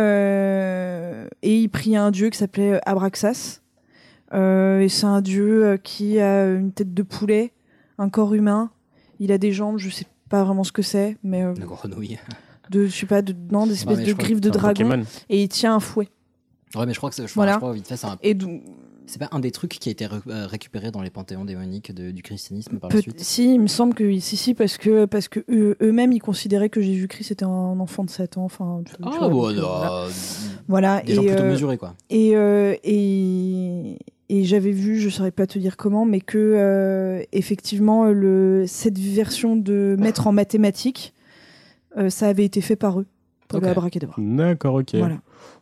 Speaker 1: euh, et il priait un dieu qui s'appelait Abraxas. Euh, et c'est un dieu euh, qui a une tête de poulet, un corps humain. Il a des jambes, je sais pas vraiment ce que c'est, mais euh,
Speaker 2: Une grenouille.
Speaker 1: de, je sais pas, de, non, des espèces
Speaker 2: mais
Speaker 1: de
Speaker 2: je crois
Speaker 1: griffes de
Speaker 3: C'est un
Speaker 1: dragon.
Speaker 3: Pokémon.
Speaker 1: Et il tient un fouet.
Speaker 2: Ouais, mais je crois que c'est- je,
Speaker 1: Voilà.
Speaker 2: crois- je crois, vite fait, c'est un-
Speaker 1: Et donc,
Speaker 2: c'est pas un des trucs qui a été ré- euh, récupéré dans les panthéons démoniques de- du christianisme par la
Speaker 1: peut-
Speaker 2: suite.
Speaker 1: si, il me semble que oui, si, si, parce que parce que eux- eux-mêmes ils considéraient que Jésus-Christ était un enfant de Satan. Enfin, tu- tu vois,
Speaker 2: Ah,
Speaker 1: donc,
Speaker 2: bon,
Speaker 1: euh, voilà.
Speaker 2: alors,
Speaker 1: Voilà.
Speaker 2: des gens
Speaker 1: et,
Speaker 2: plutôt
Speaker 1: euh,
Speaker 2: mesurés, quoi.
Speaker 1: Et, euh, et, et j'avais vu, je saurais pas te dire comment, mais que euh, effectivement, le, cette version de maître en mathématiques, euh, ça avait été fait par eux, par
Speaker 2: Ok.
Speaker 1: le Abracadabra.
Speaker 3: D'accord, ok.
Speaker 1: Voilà,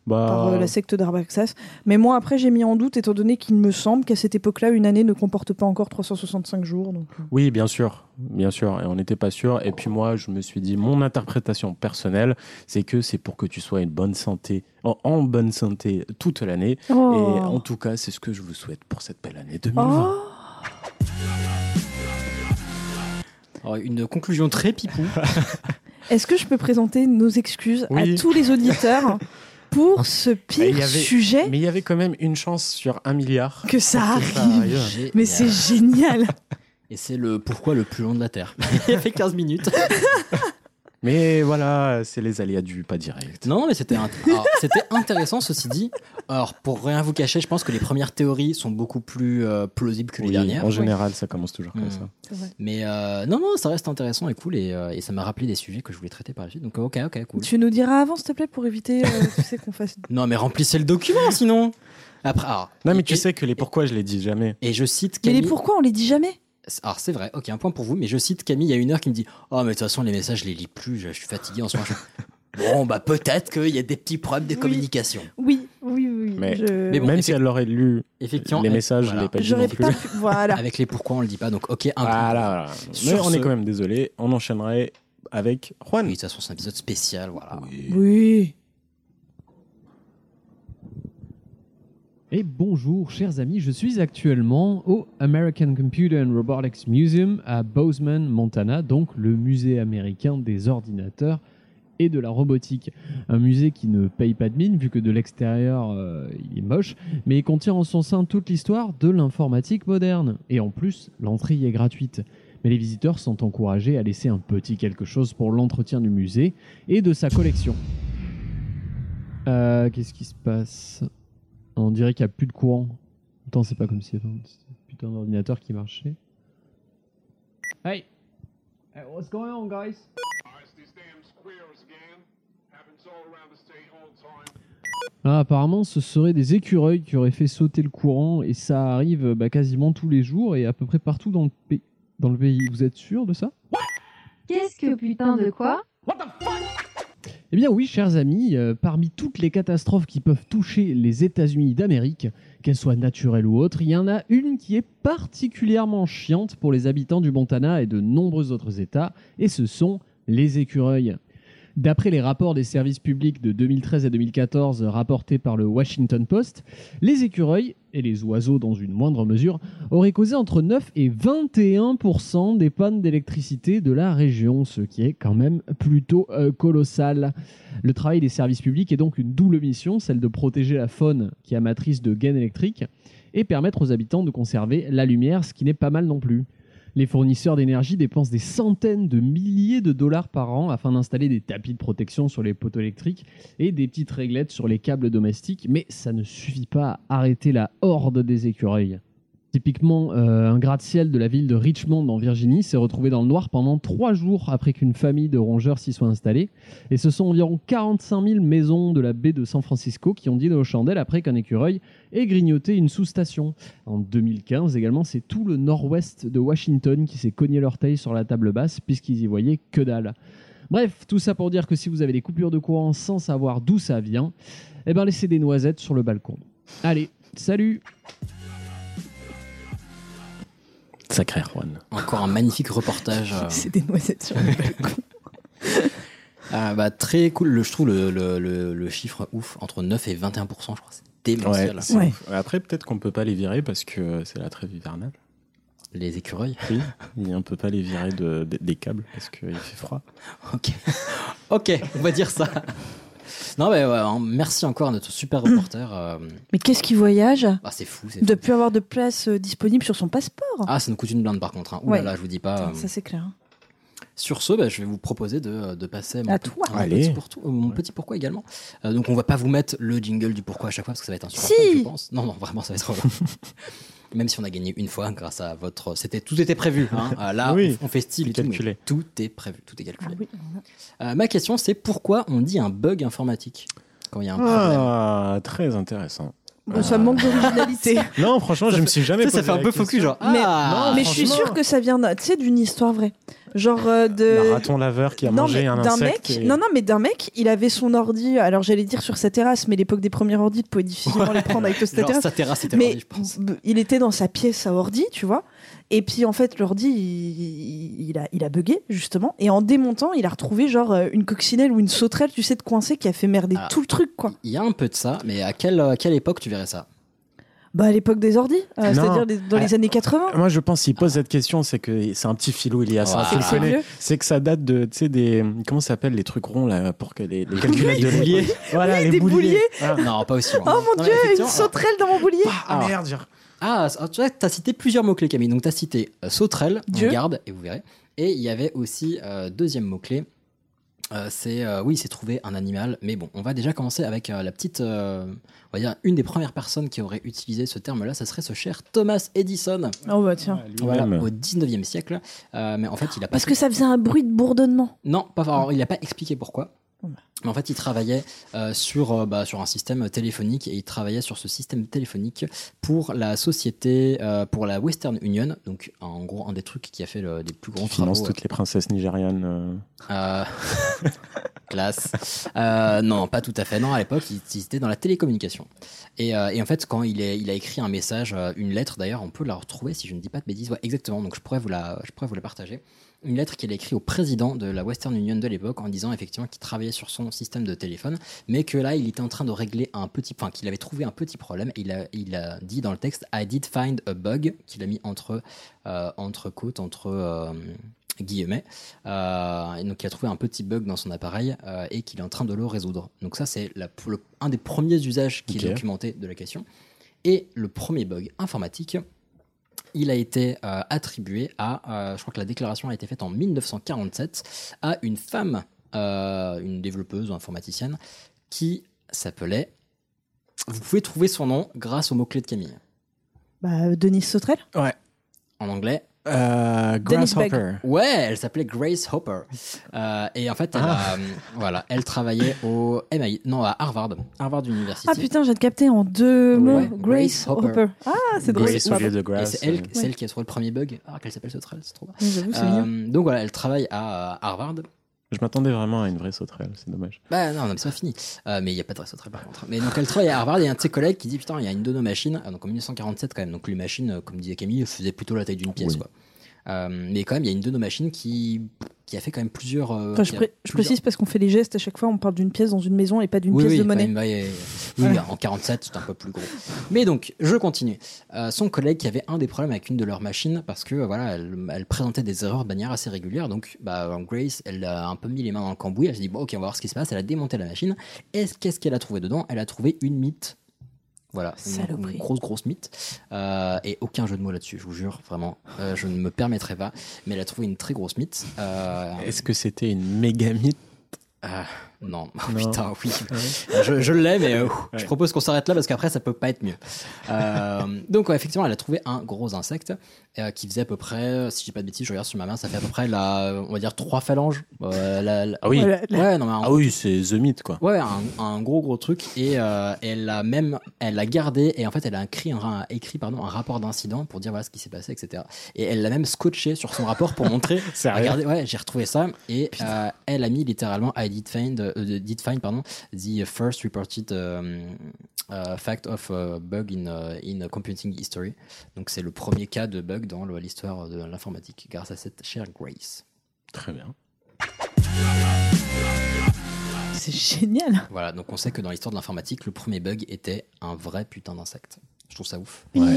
Speaker 3: Bah,
Speaker 1: par euh, la secte d'Arbaxas. Mais moi, après, j'ai mis en doute, étant donné qu'il me semble qu'à cette époque-là, une année ne comporte pas encore 365 jours. Donc... euh.
Speaker 3: Oui, bien sûr, bien sûr. Et on n'était pas sûr. Et puis moi, je me suis dit, mon interprétation personnelle, c'est que c'est pour que tu sois une bonne santé, en, en bonne santé toute l'année. Et en tout cas, c'est ce que je vous souhaite pour cette belle année 2020.
Speaker 1: Oh.
Speaker 2: Alors, une conclusion très pipou.
Speaker 1: Est-ce que je peux présenter nos excuses
Speaker 3: Oui.
Speaker 1: à tous les auditeurs pour ce
Speaker 3: Et il
Speaker 1: pire
Speaker 3: y avait-
Speaker 1: sujet
Speaker 3: Mais il y avait quand même une chance sur un milliard.
Speaker 1: que ça
Speaker 3: Ça
Speaker 1: arrive
Speaker 3: arrive.
Speaker 1: Mais c'est génial
Speaker 2: Et c'est le pourquoi le plus long de la Terre. Il a fait 15 minutes.
Speaker 3: Mais voilà, c'est les aléas du pas direct.
Speaker 2: Non, mais c'était int- alors, c'était intéressant, ceci dit. Alors, pour rien vous cacher, je pense que les premières théories sont beaucoup plus euh, plausibles que les
Speaker 3: Oui,
Speaker 2: dernières.
Speaker 3: en général, ça commence toujours comme
Speaker 2: Hmm.
Speaker 3: ça.
Speaker 2: Mais euh, non, non, ça reste intéressant et cool. Et, euh, et ça m'a rappelé des sujets que je voulais traiter par la suite. Donc, ok, ok, cool.
Speaker 1: Tu nous diras avant, s'il te plaît, pour éviter euh, tu sais, qu'on fasse.
Speaker 2: Non, mais remplissez le document sinon. Après, alors,
Speaker 3: Non, mais
Speaker 2: et-
Speaker 3: tu sais que les pourquoi je les dis jamais.
Speaker 2: Et je cite
Speaker 1: Mais les
Speaker 2: Camille.
Speaker 1: pourquoi on les dit jamais
Speaker 2: Alors, c'est vrai, ok, un point pour vous, mais je cite Camille il y a une heure qui me dit Oh, mais de toute façon, les messages, je les lis plus, je, je suis fatigué en ce moment. Je- bon, bah peut-être qu'il y a des petits problèmes de
Speaker 1: Oui.
Speaker 2: communication.
Speaker 1: Oui, oui, oui.
Speaker 3: Mais-
Speaker 1: je-
Speaker 2: Mais bon,
Speaker 3: Même
Speaker 2: effect-
Speaker 3: si elle l'aurait lu,
Speaker 2: Effectivement.
Speaker 3: les Ah,
Speaker 2: eh,
Speaker 3: messages,
Speaker 2: voilà.
Speaker 3: je l'ai pas dit non
Speaker 1: J'aurais
Speaker 3: plus.
Speaker 1: pas pu. Voilà.
Speaker 2: Avec les pourquoi, on le dit pas, donc ok, un point.
Speaker 3: Voilà.
Speaker 2: Sur
Speaker 3: Mais on
Speaker 2: ce-
Speaker 3: est quand même désolé. On enchaînerait avec
Speaker 2: Oui, de
Speaker 3: Juan.
Speaker 2: toute façon, c'est un épisode spécial, voilà.
Speaker 1: Oui.
Speaker 9: Et bonjour, chers amis, je suis actuellement au American Computer and Robotics Museum à Bozeman, Montana, donc le musée américain des ordinateurs et de la robotique. Un musée qui ne paye pas de mine, vu que de l'extérieur, euh, il est moche, mais il contient en son sein toute l'histoire de l'informatique moderne. Et en plus, l'entrée y est gratuite. Mais les visiteurs sont encouragés à laisser un petit quelque chose pour l'entretien du musée et de sa collection. Euh, Qu'est-ce qui se passe on dirait qu'il n'y a plus de courant. Attends, c'est pas comme si enfin, c'était putain d'ordinateur qui marchait. Hey! Hey, what's going on, guys? Ah, apparemment, ce seraient des écureuils qui auraient fait sauter le courant et ça arrive euh, bah, quasiment tous les jours et à peu près partout dans le, pays. dans le pays. Vous êtes sûr de ça?
Speaker 10: Qu'est-ce que putain de quoi
Speaker 9: Eh bien oui, chers amis, euh, parmi toutes les catastrophes qui peuvent toucher les États-Unis d'Amérique, qu'elles soient naturelles ou autres, il y en a une qui est particulièrement chiante pour les habitants du Montana et de nombreux autres États, et ce sont les écureuils. D'après les rapports des services publics de 2013 à 2014 rapportés par le Washington Post, les écureuils, et les oiseaux dans une moindre mesure, auraient causé entre 9 et 21% des pannes d'électricité de la région, ce qui est quand même plutôt euh, colossal. Le travail des services publics est donc une double mission, celle de protéger la faune qui est amatrice de gaines électriques et permettre aux habitants de conserver la lumière, ce qui n'est pas mal non plus. Les fournisseurs d'énergie dépensent des centaines de milliers de dollars par an afin d'installer des tapis de protection sur les poteaux électriques et des petites réglettes sur les câbles domestiques, mais ça ne suffit pas à arrêter la horde des écureuils. Typiquement, euh, un gratte-ciel de la ville de Richmond en Virginie s'est retrouvé dans le noir pendant trois jours après qu'une famille de rongeurs s'y soit installée. Et ce sont environ 45 000 maisons de la baie de San Francisco qui ont dit aux chandelles après qu'un écureuil ait grignoté une sous-station. En 2015 également, c'est tout le nord-ouest de Washington qui s'est cogné l'orteil sur la table basse puisqu'ils y voyaient que dalle. Bref, tout ça pour dire que si vous avez des coupures de courant sans savoir d'où ça vient, eh ben laissez des noisettes sur le balcon. Allez, salut
Speaker 3: Sacré Juan.
Speaker 2: Encore un magnifique reportage. euh,
Speaker 1: C'est des noisettes sur le balcon.
Speaker 2: ah, bah, très cool, le, je trouve le, le- le- le chiffre ouf, entre 9 et 21%, je crois, c'est démentiel.
Speaker 3: Ouais, c'est
Speaker 1: Ouais.
Speaker 3: ouf. Après, peut-être qu'on peut pas les virer parce que euh, c'est la trêve hivernale.
Speaker 2: Les écureuils.
Speaker 3: Oui. Et on peut pas les virer de, des- des câbles parce qu'il fait froid.
Speaker 2: Ok, ok, on va dire ça. Non, mais ouais, hein, merci encore à notre super reporter. euh,
Speaker 1: Mais qu'est-ce qui voyage
Speaker 2: Ah, c'est fou, c'est
Speaker 1: de plus avoir de place euh, disponible sur son passeport
Speaker 2: Ah, ça nous coûte une blinde par contre. hein. Ouh
Speaker 1: Ouais.
Speaker 2: là là, je vous dis
Speaker 3: Ah,
Speaker 2: pas. euh,
Speaker 1: Ça, c'est clair. hein.
Speaker 2: Sur ce, bah, je vais vous proposer de, euh, de passer mon,
Speaker 1: À
Speaker 2: petit-
Speaker 1: toi.
Speaker 2: mon
Speaker 3: Allez.
Speaker 2: petit, pour tout- euh, mon petit pourquoi également. Euh, donc, on va pas vous mettre le jingle du pourquoi à chaque fois parce que ça va être un
Speaker 1: Si.
Speaker 2: je pense. Non, non, vraiment, ça va être. Même si on a gagné une fois grâce à votre. C'était tout était prévu. hein. Euh, Là,
Speaker 3: Oui.
Speaker 2: on, on fait style et tout,
Speaker 3: C'est
Speaker 2: mais
Speaker 3: calculé.
Speaker 2: tout est prévu, tout est calculé.
Speaker 1: Ah oui.
Speaker 2: Euh, ma question, c'est pourquoi on dit un bug informatique quand il y a un problème.
Speaker 3: Ah, très intéressant.
Speaker 1: Bon,
Speaker 3: Euh,
Speaker 1: ça manque d'originalité.
Speaker 3: Non, franchement, je me suis jamais
Speaker 2: Ça, ça
Speaker 3: posé
Speaker 2: fait un
Speaker 3: la
Speaker 2: peu
Speaker 3: question.
Speaker 2: focus, genre.
Speaker 1: Mais-
Speaker 2: ah,
Speaker 1: Mais je suis
Speaker 3: franchement.
Speaker 1: sûre que ça vient d'un- tu sais, d'une histoire vraie. Genre euh,
Speaker 3: Un
Speaker 1: de.
Speaker 3: raton laveur qui a
Speaker 1: Non,
Speaker 3: mangé
Speaker 1: mais
Speaker 3: un
Speaker 1: d'un
Speaker 3: insecte.
Speaker 1: mec,
Speaker 3: et-
Speaker 1: non, non, mais d'un mec, il avait son ordi, alors j'allais dire sur sa terrasse, mais l'époque des premiers ordi, tu pouvais difficilement les prendre avec le
Speaker 2: Genre,
Speaker 1: stateur.
Speaker 2: sa terrasse était
Speaker 1: Mais
Speaker 2: ordi, je pense.
Speaker 1: b- il était dans sa pièce à ordi, tu vois. Et puis en fait, l'ordi, il, il a, il a bugué, justement. Et en démontant, il a retrouvé genre euh, une coccinelle ou une sauterelle, tu sais, de coincée qui a fait merder
Speaker 2: Ah.
Speaker 1: tout le truc, quoi.
Speaker 2: Il y a un peu de ça, mais à quelle, à quelle époque tu verrais ça
Speaker 1: Bah, à l'époque des ordi, euh,
Speaker 3: Non. Ah.
Speaker 1: c'est-à-dire les- dans les années 80.
Speaker 3: Moi, je pense qu'il pose cette question, c'est que c'est un petit filou, il y a ça.
Speaker 2: Ah,
Speaker 3: tu le
Speaker 2: c'est
Speaker 3: connais.
Speaker 1: vieux.
Speaker 3: C'est que ça date de, tu sais, des. Comment ça s'appelle les trucs ronds, là, pour que les, les calculettes de
Speaker 2: Les bouliers.
Speaker 3: Voilà,
Speaker 1: Oui,
Speaker 3: les
Speaker 1: des
Speaker 3: bouliers.
Speaker 1: bouliers.
Speaker 3: Ah.
Speaker 2: Non, pas aussi loin.
Speaker 1: Oh mon
Speaker 2: Non, mais
Speaker 1: dieu, une
Speaker 2: effectivement,
Speaker 1: sauterelle dans mon boulier
Speaker 3: Ah, merde.
Speaker 2: Ah, ça- tu vois, t'as cité plusieurs mots-clés, Camille. Donc, t'as cité euh, sauterelle,
Speaker 1: Dieu.
Speaker 2: garde, et vous verrez. Et il y avait aussi, euh, deuxième mot-clé, euh, c'est, euh, oui, c'est trouver un animal. Mais bon, on va déjà commencer avec euh, la petite, euh, on va dire, une des premières personnes qui aurait utilisé ce terme-là, ça serait ce cher Thomas Edison,
Speaker 1: Oh bah tiens.
Speaker 2: voilà,
Speaker 3: Lui-même.
Speaker 2: au 19e siècle. Euh, mais en fait, il a pas
Speaker 1: Parce que ça faisait un bruit de bourdonnement.
Speaker 2: non, pas, alors, il n'a pas expliqué pourquoi.
Speaker 1: Ouais.
Speaker 2: Mais en fait, il travaillait euh, sur, euh, bah, sur un système téléphonique et il travaillait sur ce système téléphonique pour la société, euh, pour la Western Union, donc en gros un des trucs qui a fait le- les plus grands
Speaker 3: Qui finance
Speaker 2: travaux.
Speaker 3: toutes les princesses nigérianes. euh.
Speaker 2: euh, classe. Euh, non, pas tout à fait. Non, à l'époque, il, il était dans la télécommunication. Et, euh, et en fait, quand il, est, il a écrit un message, euh, une lettre d'ailleurs, on peut la retrouver si je ne dis pas de bêtises. Ouais, exactement. Donc je pourrais vous la, je pourrais vous la partager. Une lettre qu'il a écrite au président de la Western Union de l'époque en disant effectivement qu'il travaillait sur son système de téléphone, mais que là, il était en train de régler un petit, enfin qu'il avait trouvé un petit problème. Il a, il a dit dans le texte, I did find a bug, qu'il a mis entre, euh, entre côtes, entre euh, guillemets. Euh, et donc il a trouvé un petit bug dans son appareil euh, et qu'il est en train de le résoudre. Donc ça c'est la- le- un des premiers usages qui est
Speaker 3: Ok.
Speaker 2: documenté de la question. Et le premier bug informatique, il a été euh, attribué à, euh, je crois que la déclaration a été faite en 1947, à une femme, euh, une développeuse ou informaticienne, qui s'appelait... Vous pouvez trouver son nom grâce au mot-clé de Camille.
Speaker 1: Bah, Denise Sauterelle
Speaker 2: En anglais,
Speaker 1: Dennis Beck.
Speaker 3: euh, Grasshopper.
Speaker 2: Ouais, elle s'appelait Grace Hopper. Euh, et en fait, elle, a- voilà, elle travaillait au MI, non, à Harvard, Harvard University.
Speaker 1: Ah putain, j'ai capté en deux
Speaker 2: Ouais,
Speaker 1: mots.
Speaker 2: Grace
Speaker 1: Grace
Speaker 2: Hopper.
Speaker 1: Hopper. Ah, c'est drôle.
Speaker 3: Grace au lieu de
Speaker 2: Et
Speaker 3: Grass.
Speaker 2: c'est elle, c'est
Speaker 1: Ouais.
Speaker 2: elle qui a trouvé le premier bug. Ah, qu'elle s'appelle Sauterelle, c'est trop bien.
Speaker 1: J'avoue, c'est mignon.
Speaker 2: Euh, donc voilà, elle travaille à euh, Harvard.
Speaker 3: Je m'attendais vraiment à une vraie sauterelle, c'est dommage.
Speaker 2: Bah non, non, mais c'est pas fini. Euh, mais il n'y a pas de Grace Sauterelle par contre. Mais donc elle travaille à Harvard et un de ses collègues qui dit Putain, il y a une de nos machines. Ah, donc en 1947 quand même. Donc les machines, euh, comme disait Camille, faisaient plutôt la taille d'une pièce.
Speaker 3: Oui.
Speaker 2: Quoi. Euh, mais quand même, il y a une de nos machines qui, qui a fait quand même plusieurs. euh,
Speaker 1: Enfin, je,
Speaker 2: qui a
Speaker 1: pré- je
Speaker 2: plusieurs-
Speaker 1: précise parce qu'on fait les gestes à chaque fois, on parle d'une pièce dans une maison et pas d'une
Speaker 2: Oui,
Speaker 1: pièce
Speaker 2: oui,
Speaker 1: de
Speaker 2: quand
Speaker 1: monnaie. Ah
Speaker 2: même, bah, euh, oui, en 47, c'est un peu plus gros. Mais donc, je continue. Euh, son collègue qui avait un des problèmes avec une de leurs machines parce que euh, voilà, elle, elle présentait des erreurs de manière assez régulière. Donc, bah, euh, Grace, elle a un peu mis les mains dans le cambouis. Elle s'est dit bon, ok, on va voir ce qui se passe. Elle a démonté la machine. Et qu'est-ce qu'elle a trouvé dedans Elle a trouvé une mythe. Voilà, une,
Speaker 1: Saloperie.
Speaker 2: une grosse grosse mythe Euh, et aucun jeu de mots là-dessus, je vous jure vraiment, Euh, je ne me permettrai pas. Mais elle a trouvé une très grosse mythe. Euh,
Speaker 3: Est-ce que c'était une méga mythe
Speaker 2: ah, non,
Speaker 3: Non. Ah
Speaker 2: putain, oui. Je, je l'ai, mais euh, ouf, je
Speaker 3: Ouais.
Speaker 2: propose qu'on s'arrête là parce qu'après, ça peut pas être mieux. Euh, donc, ouais, effectivement, elle a trouvé un gros insecte euh, qui faisait à peu près, si j'ai pas de bêtises, je regarde sur ma main, ça fait à peu près, la, on va dire, trois phalanges. Euh, la- la-
Speaker 3: Ah oui,
Speaker 1: Voilà, là.
Speaker 2: Ouais, non, mais un-
Speaker 3: ah oui, c'est The Myth quoi.
Speaker 2: Ouais, un, un gros gros truc et euh, elle a même elle l'a gardé et en fait elle a écrit un, ra- écrit pardon un rapport d'incident pour dire voilà ce qui s'est passé etc et elle l'a même scotché sur son rapport pour montrer
Speaker 3: Sérieux
Speaker 2: regardez ouais j'ai retrouvé ça et euh, elle a mis littéralement I did find euh, euh, did find pardon the first reported euh, euh, fact of euh, bug in euh, in computing history donc c'est le premier cas de bug dans le- l'histoire de l'informatique grâce à cette chère Grace
Speaker 3: Très bien.
Speaker 1: C'est génial.
Speaker 2: Voilà, donc on sait que dans l'histoire de l'informatique, le premier bug était un vrai putain d'insecte. Je trouve ça ouf. Euh,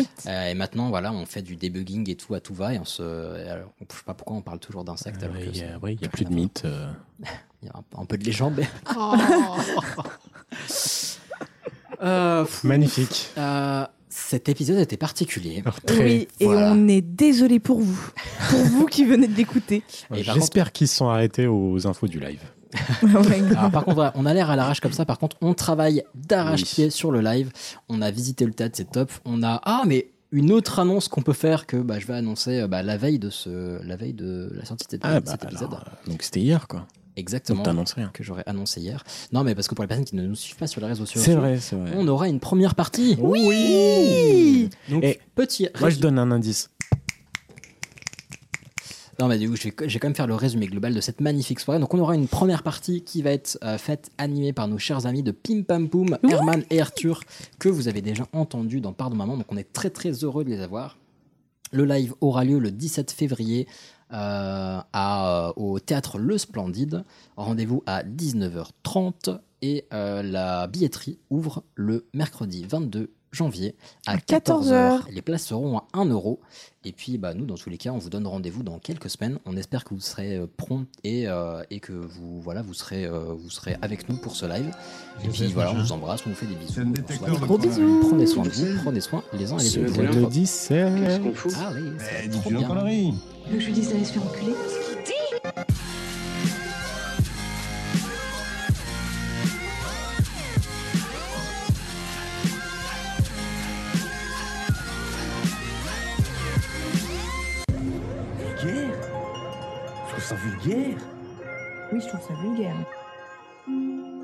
Speaker 2: et maintenant, voilà, on fait du debugging et tout à tout va et on se. et alors, on- je sais pas pourquoi on parle toujours d'insectes alors que
Speaker 3: il n'y
Speaker 2: c'est-
Speaker 3: a, plus de mythe. euh.
Speaker 2: il y a un, un peu de légende. mais-
Speaker 3: Oh.
Speaker 2: Euh, pff,
Speaker 3: Magnifique.
Speaker 2: euh, cet épisode était particulier.
Speaker 3: Alors, très-
Speaker 1: Oui, et
Speaker 2: Voilà.
Speaker 1: on est désolé pour vous. Pour vous qui venez de l'écouter.
Speaker 2: Et par
Speaker 3: J'espère qu'ils se sont arrêtés aux infos du live.
Speaker 1: Ouais, grave.
Speaker 2: Alors, par contre, voilà, on a l'air à l'arrache comme ça. Par contre, on travaille d'arrache-pied
Speaker 3: Oui.
Speaker 2: sur le live. On a visité le théâtre, c'est top. On a ah mais une autre annonce qu'on peut faire que bah, je vais annoncer euh, bah, la veille de ce la veille de la sortie de cet,
Speaker 3: Ah
Speaker 2: de
Speaker 3: bah
Speaker 2: cet épisode.
Speaker 3: alors, euh, donc c'était hier quoi.
Speaker 2: Exactement.
Speaker 3: Donc t'annonces rien.
Speaker 2: que j'aurais annoncé hier. Non, mais parce que pour les personnes qui ne nous suivent pas sur les réseaux sociaux,
Speaker 3: C'est vrai, c'est vrai.
Speaker 2: on aura une première partie.
Speaker 3: Oui
Speaker 2: Donc,
Speaker 3: Et
Speaker 2: petit.
Speaker 3: Moi je
Speaker 2: résu-
Speaker 3: donne un indice.
Speaker 2: Non, mais du coup, je vais, je vais quand même faire le résumé global de cette magnifique soirée. Donc, on aura une première partie qui va être euh, faite, animée par nos chers amis de Pim Pam Poum, Herman et Arthur, que vous avez déjà entendu dans Pardon Maman. Donc, on est très très heureux de les avoir. Le live aura lieu le 17 février euh, à, euh, au théâtre Le Splendide. Rendez-vous à 19h30 et euh, la billetterie ouvre le mercredi 22 janvier à
Speaker 1: À
Speaker 2: 14h.
Speaker 1: 14h.
Speaker 2: Les places seront à 1 euro. Et puis, bah, nous, dans tous les cas, on vous donne rendez-vous dans quelques semaines. On espère que vous serez euh, prompt et, euh, et que vous, voilà, vous, serez, euh, vous serez avec nous pour ce live. Et puis, voilà, on vous embrasse, on vous fait des bisous.
Speaker 5: C'est un
Speaker 2: On se
Speaker 5: détecteur
Speaker 2: voit.
Speaker 5: de
Speaker 1: Gros
Speaker 5: conneries.
Speaker 1: bisous.
Speaker 2: Prenez soin de vous, prenez soin les uns et les
Speaker 6: C'est
Speaker 2: autres.
Speaker 6: maintenant.
Speaker 3: Le 17.
Speaker 6: Qu'est-ce qu'on fout
Speaker 2: Allez, ça va
Speaker 5: Eh,
Speaker 2: trop
Speaker 5: dis-tu une
Speaker 2: bien.
Speaker 5: connerie
Speaker 7: Le jeudi, ça allait se faire enculer.
Speaker 8: Vulgaire Je trouve ça vulgaire
Speaker 7: Oui, je trouve ça vulgaire.